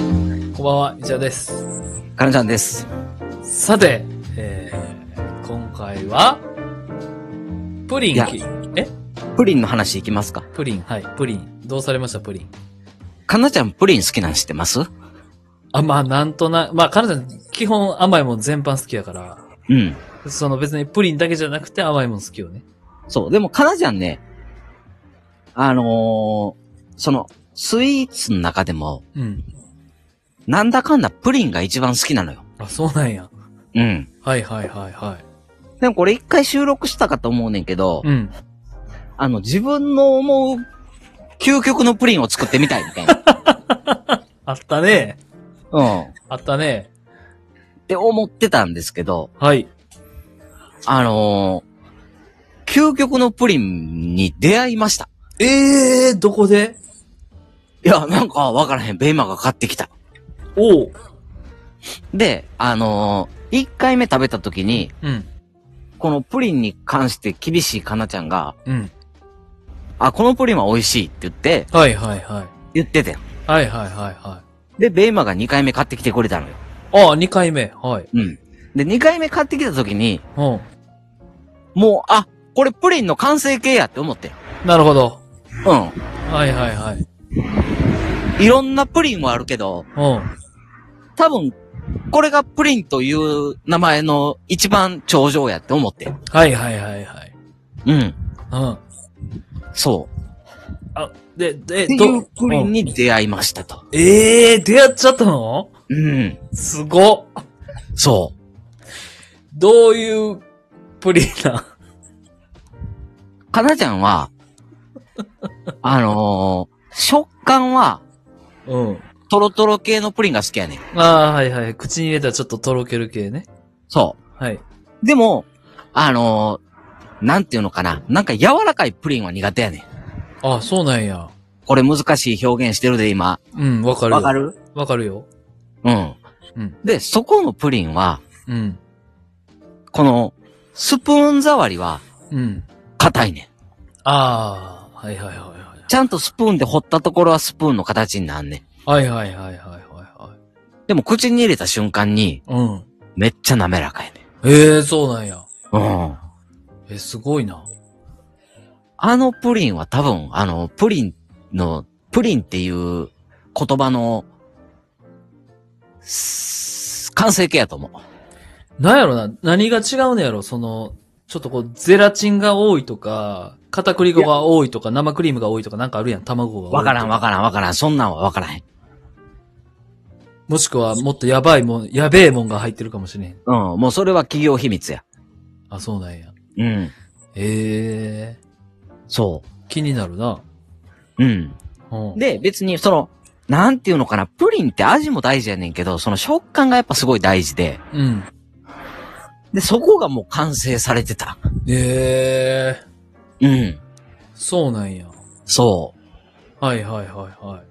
ばんは、イチャです。かなちゃんです。さて、えー、今回は、プリいンやき、プリンの話いきますか。プリン、はい、プリン。どうされました、プリン。かなちゃんプリン好きなん知ってますあ、まあ、なんとなく、まあ、彼女、基本甘いもん全般好きやから、うん。その別にプリンだけじゃなくて甘いもん好きよね。そう。でもかなちゃんね、あのーその、スイーツの中でも、うん。なんだかんだプリンが一番好きなのよ。あ、そうなんや。うん。はいはいはいはい。でもこれ一回収録したかと思うねんけど、うん。あの、自分の思う、究極のプリンを作ってみたいみたいな。あったね。 うん。っあったね。て思ってたんですけど、はい。あのー究極のプリンに出会いました。ええー、どこでいや、なんかわからへん。ベイマが買ってきた。おう。で、あのー、1回目食べた時に、うん。このプリンに関して厳しいかなちゃんが、うん。あ、このプリンは美味しいって言って、はいはいはい。言ってて。はいはいはいはで、ベイマが2回目買ってきてくれたのよ。い。ああ、2回目。はい。うん。で、2回目買ってきた時に、うん。もう、あ、これプリンの完成形やって思って。なるほど。うはいはいはい。ん。いろんなプリンはあるけど、うん。多分、これがプリンという名前の一番頂上やって思って。はいはいはいはい。ううん。ん。そう。あ、で、で、ってどいうプリンうんに出会いましたと。ええー、出会っちゃったのうん。すごっ。そう。どういうプリンなんかなちゃ んは、あのー食感は、うん。トロトロ系のプリンが好きやねん。ああ、はいはい。口に入れたらちょっととろける系ね。そはい。う。でも、あのーなんていうのかな。なんか柔らかいプリンは苦手やねん。あそうなんや。これ難しい表現してるで、今。うん、わかるよ。わかるわかるよ。うん。うんで、そこのプリンは、うん。この、スプーン触りは、うん。硬いねん。ああ、はいはいはいはい。ちゃんとスプーンで掘ったところはスプーンの形になんねん。はいはいはいはいはでも口に入れた瞬間に、いはい。うん。めっちゃ滑らかやねええー、そうなんや。ん。うん。え、すごいな。あのプリンは多分、あの、プリンの、プリンっていう言葉の、す完成形やと思う。なんやろな何が違うのやろその、ちょっとこう、ゼラチンが多いとか、片栗粉が多いとか、生クリームが多いとか、なんかあるやん。卵が多いと。わからんわらからんわからん。そんなんはわからへん。ん。もしくは、もっとやばいもん、やべえもんが入ってるかもしれん。うん。もうそれは企業秘密や。あ、そうなんや。うん。ええそー、気になるな。う。うん。うん。で、別にその、なんていうのかな、プリンって味も大事やねんけど、その食感がやっぱすごい大事で、うん。で、そこがもう完成されてた。ええー、うん。そうなんや。そはいはいはいはい。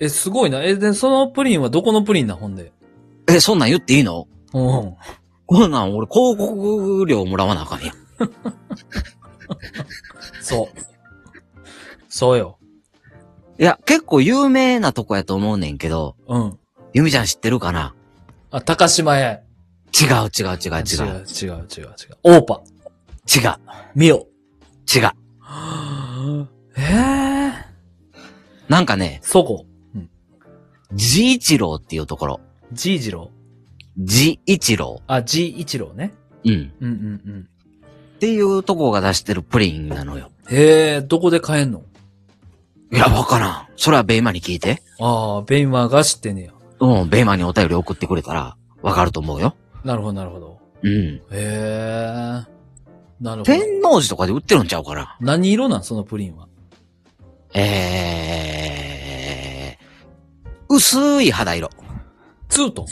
え、すごいな。え、で、そのプリンはどこのプリンな、ほんで。う。え、そんなん言っていいのうん。こんなん俺広告料もらわなあかんやん。そう。 そうよ。いや、結構有名なとこやと思うねんけど、うん。ゆみちゃん知ってるかなあ、高島屋。違う違う違う違う。違う違う違う。オーパ。違う。ミオ。違う。ええー。なんかね、そこ。ジイチローっていうところ。ジイジロー。ジイチロあ、ジイチローね。ー。ううん。んうんうん。っていうとこが出してるプリンなのよ。へえ、どこで買えんのいや、わからん。それはベイマに聞いて。ああ、ベイマーが知ってんねや。うん、ベイマにお便り送ってくれたら、わかると思うよ。なるほどなるほど。うん。へえ。なるほど。天王寺とかで売ってるんちゃうかな。何色なんそのプリンは。えー、薄い肌色。ツートン。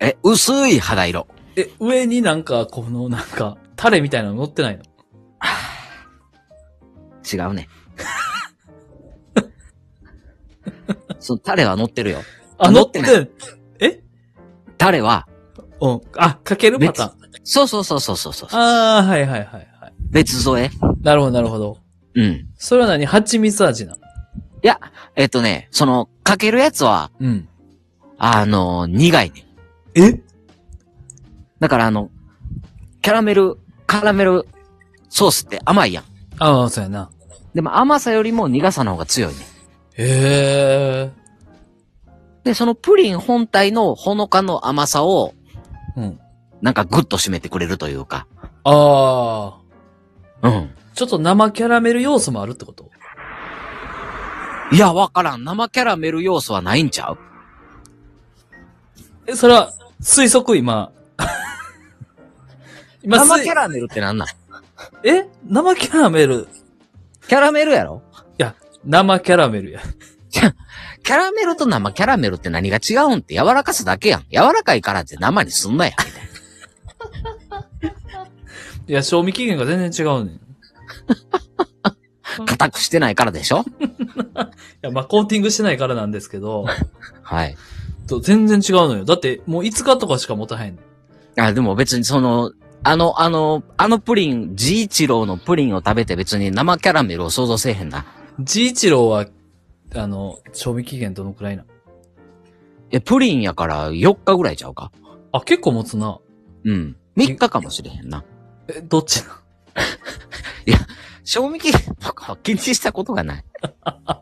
え、薄い肌色。え、上になんか、このなんか、タレみたいなの乗ってないの違うね。 そのタレは乗ってるよ。あ、乗乗っっててんないえタレは、うん。あ、かけるパターン。そうそうそうそうそうそう。ああ、はいはいはいはい。別添えなるほどなるほど。うん。それは何蜂蜜味なのいや、えっとね、その、かけるやつは、うん。あの、苦いね。えだからあの、キャラメル、カラメルソースって甘いやん。ああ、そうやな。でも甘さよりも苦さの方が強いね。へえ。で、そのプリン本体のほのかの甘さを、うん。なんかグッと締めてくれるというか。ああ。うん。ちょっと生キャラメル要素もあるってこといや、わからん。生キャラメル要素はないんちゃうえ、それは、推測今。 今、生キャララメルってなんなんえ生キャラメル。キャラメルやろ生キャラメルや。キャラメルと生キャラメルって何が違うんって柔らかさだけやん。柔らかいからって生にすんなや。いや、賞味期限が全然違うねん。い硬くしてないからでしょや、まあ、コーティングしてないからなんですけ ど、はい。と全然違うのよ。だって、もう5日とかしか持たへん。あ、でも別にその、あの、あの、あのプリン、ジイチローのプリンを食べて別に生キャラメルを想像せえへんな。ジイチローは、あの、賞味期限どのくらいなえ、プリンやから4日ぐらいちゃうかあ、結構持つな。うん。3日かもしれへんな。え、どっちな賞味期限とかは 気にしたことがない。あ、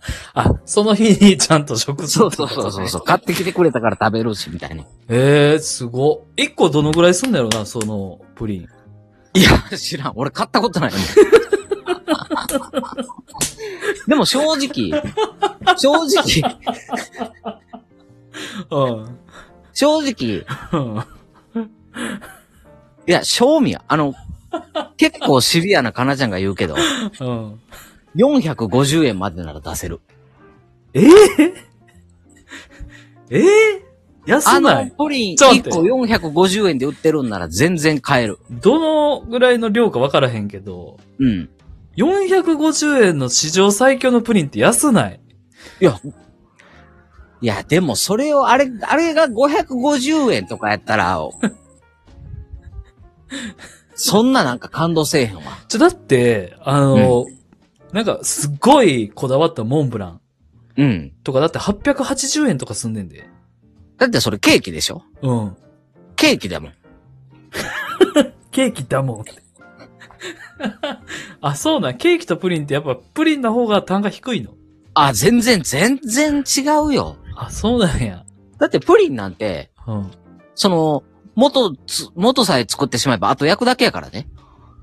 その日にちゃんと食事そうそうそうそうそう。買ってきてくれたから食べるし、みたいな。ええー、すごっ。1個どのぐらいすんだろうな、その、プリン。いや、知らん。俺買ったことないもん。 でも正直、正直、うん。正直、いうんや、賞味や。あの、結構シビアなかなちゃんが言うけど、うん。 450円までなら出せる。ええええ安あなの、いプリンちょっと待っ1て個450円で売ってるんなら全然買える。どのぐらいの量か分からへんけど、うん。 450円の史上最強のプリンって安ないいや、でもそれを、あれ、あれが550円とかやったら、そんななんか感動せえへんわ。ちょ、だって、あの、なんかすっごいこだわったモンブランうん。とかだって880円とかすんねんで。だってそれケーキでしょうん。ケーキだもん。ケーキだもん。 あ、そうなん。ケーキとプリンってやっぱプリンの方が単価低いの。あ、全然、全然違うよ。あ、そうなんや。だってプリンなんて、うん。その、元つ、元さえ作ってしまえば、あと焼くだけやからね。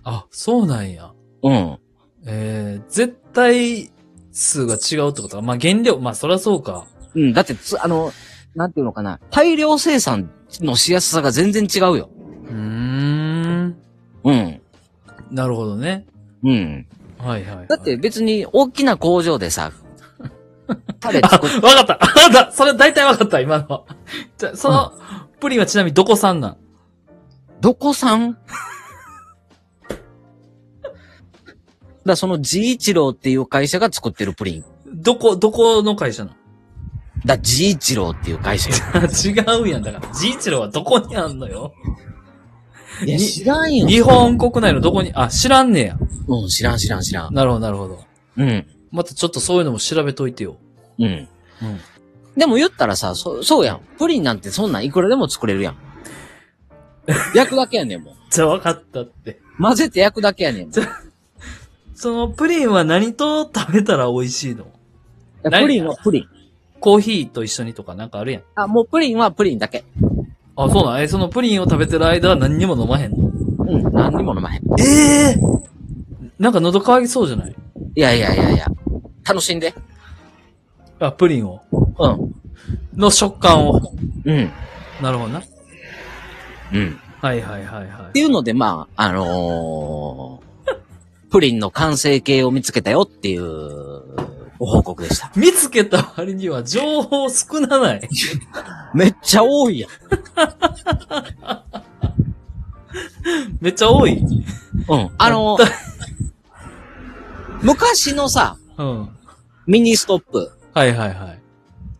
あ、そうなんや。うん。えー、絶対数が違うってことか。まあ、原料、まあ、そりゃそうか。うん、だってつ、あの、なんていうのかな。大量生産のしやすさが全然違うよ。うーん。うん。なるほどね。うん。はいはい、はい。だって、別に大きな工場でさ、タレ作っ、わかったあわかったそれ大体わかった今のは。じゃ、その、プリンはちなみにどこ産なんどこさんだ、その、ジイチローっていう会社が作ってるプリン。どこ、どこの会社なん だ、ジイチローっていう会社よ。違うやん。だから、ジイチローはどこにあんのよ。いや、に知らんよ。日本国内のどこに、あ、知らんねや。うん、知らん知らん知らん。なるほど、なるほど。うん。またちょっとそういうのも調べといてよ。うん。うん。でも言ったらさ、そ、そうやん。プリンなんてそんなんいくらでも作れる やん。焼くだけやねんもん。じゃあわかったって。混ぜて焼くだけやねんもん。ちょそのプリンは何と食べたら美味しいのいやプリンはプリン。コーヒーと一緒にとかなんかあるやん。あ、もうプリンはプリンだけ。あ、そうなんえ、そのプリンを食べてる間は何にも飲まへんのうん、何にも飲まへん。ええなんか喉乾きそうじゃないいやいやいやいや。楽しんで。あ、プリンを。うん。の食感を。うん。なるほどな。うん。っはいはいはいはていうので、まあ、あのー、プリンの完成形を見つけたよっていう、ご報告でした。い。見つけた割には情報少なない。めっちゃ多いやん。めっちゃ多い。うん。あの、 昔のさ、うん。ミニストップ、はいはいはい。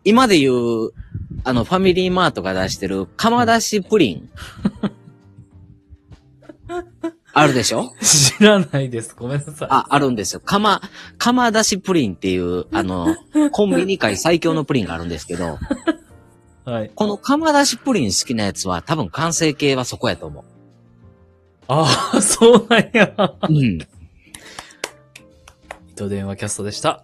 今で言う、あの、ファミリーマートが出してる、釜出しプリ ン。あるでしょ知らないです。ごめんなさい。あ、あるんですよ。釜、釜出しプリンっていう、あの、コンビニ界最強のプリンがあるんですけど、はい。この釜出しプリン好きなやつは多分完成形はそこやと思ああ、そうなんや。 う。うん。糸電話キャストでした。